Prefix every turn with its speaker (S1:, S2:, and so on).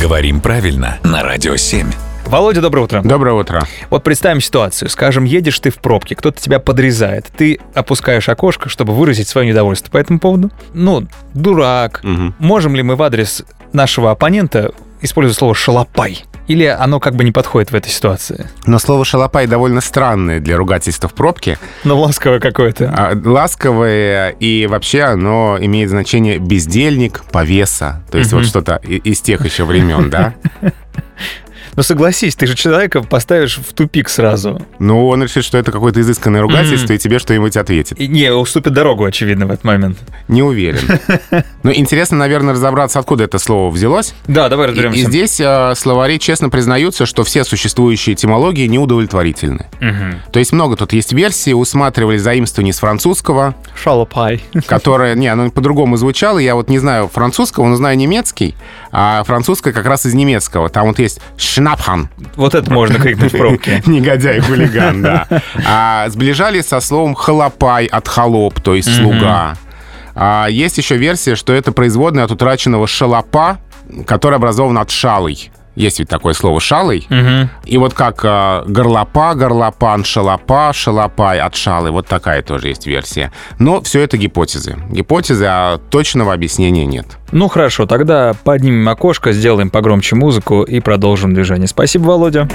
S1: Говорим правильно на Радио 7.
S2: Володя, доброе утро.
S3: Доброе утро.
S2: Вот представим ситуацию. Скажем, едешь ты в пробке, кто-то тебя подрезает. Ты опускаешь окошко, чтобы выразить свое недовольство по этому поводу. Ну, дурак.
S3: Мгм.
S2: Можем ли мы в адрес нашего оппонента использовать слово «шалопай»? Или оно как бы не подходит в этой ситуации?
S3: Но слово «шалопай» довольно странное для ругательства в пробке.
S2: Ну, ласковое какое-то.
S3: А, Ласковое, и вообще оно имеет значение «бездельник», «повеса». То есть вот что-то и- из тех еще времен, да?
S2: Ну, согласись, ты же человека поставишь в тупик сразу.
S3: Ну, он решит, что это какое-то изысканное ругательство, и тебе что-нибудь ответит.
S2: И не, уступит дорогу, очевидно, в этот момент.
S3: Не уверен. Но интересно, наверное, разобраться, откуда это слово взялось.
S2: Да, давай
S3: И,
S2: разберемся.
S3: и здесь э, словари честно признаются, что все существующие этимологии неудовлетворительны.
S2: Мгм.
S3: То есть много тут есть версий, усматривали заимствование с французского,
S2: Шалопай.
S3: которое, не, оно по-другому звучало, я вот не знаю французского, но знаю немецкий, а французское как раз из немецкого. Там вот есть «шнапхан»,
S2: Вот это можно крикнуть в пробке.
S3: негодяй, хулиган, да. А, сближали со словом «холопай» от «холоп», то есть «слуга». А, есть еще версия, что это производное от утраченного «шалопа», которое образовано от «шалый». Есть ведь такое слово «шалый».
S2: Мгм.
S3: И вот как а, горлопа, горлопан, шалопа, шалопай, от шалы. Вот такая тоже есть версия. Но все это гипотезы. Гипотезы, а точного объяснения нет.
S2: Ну хорошо, тогда поднимем окошко, сделаем погромче музыку и продолжим движение. Спасибо, Володя.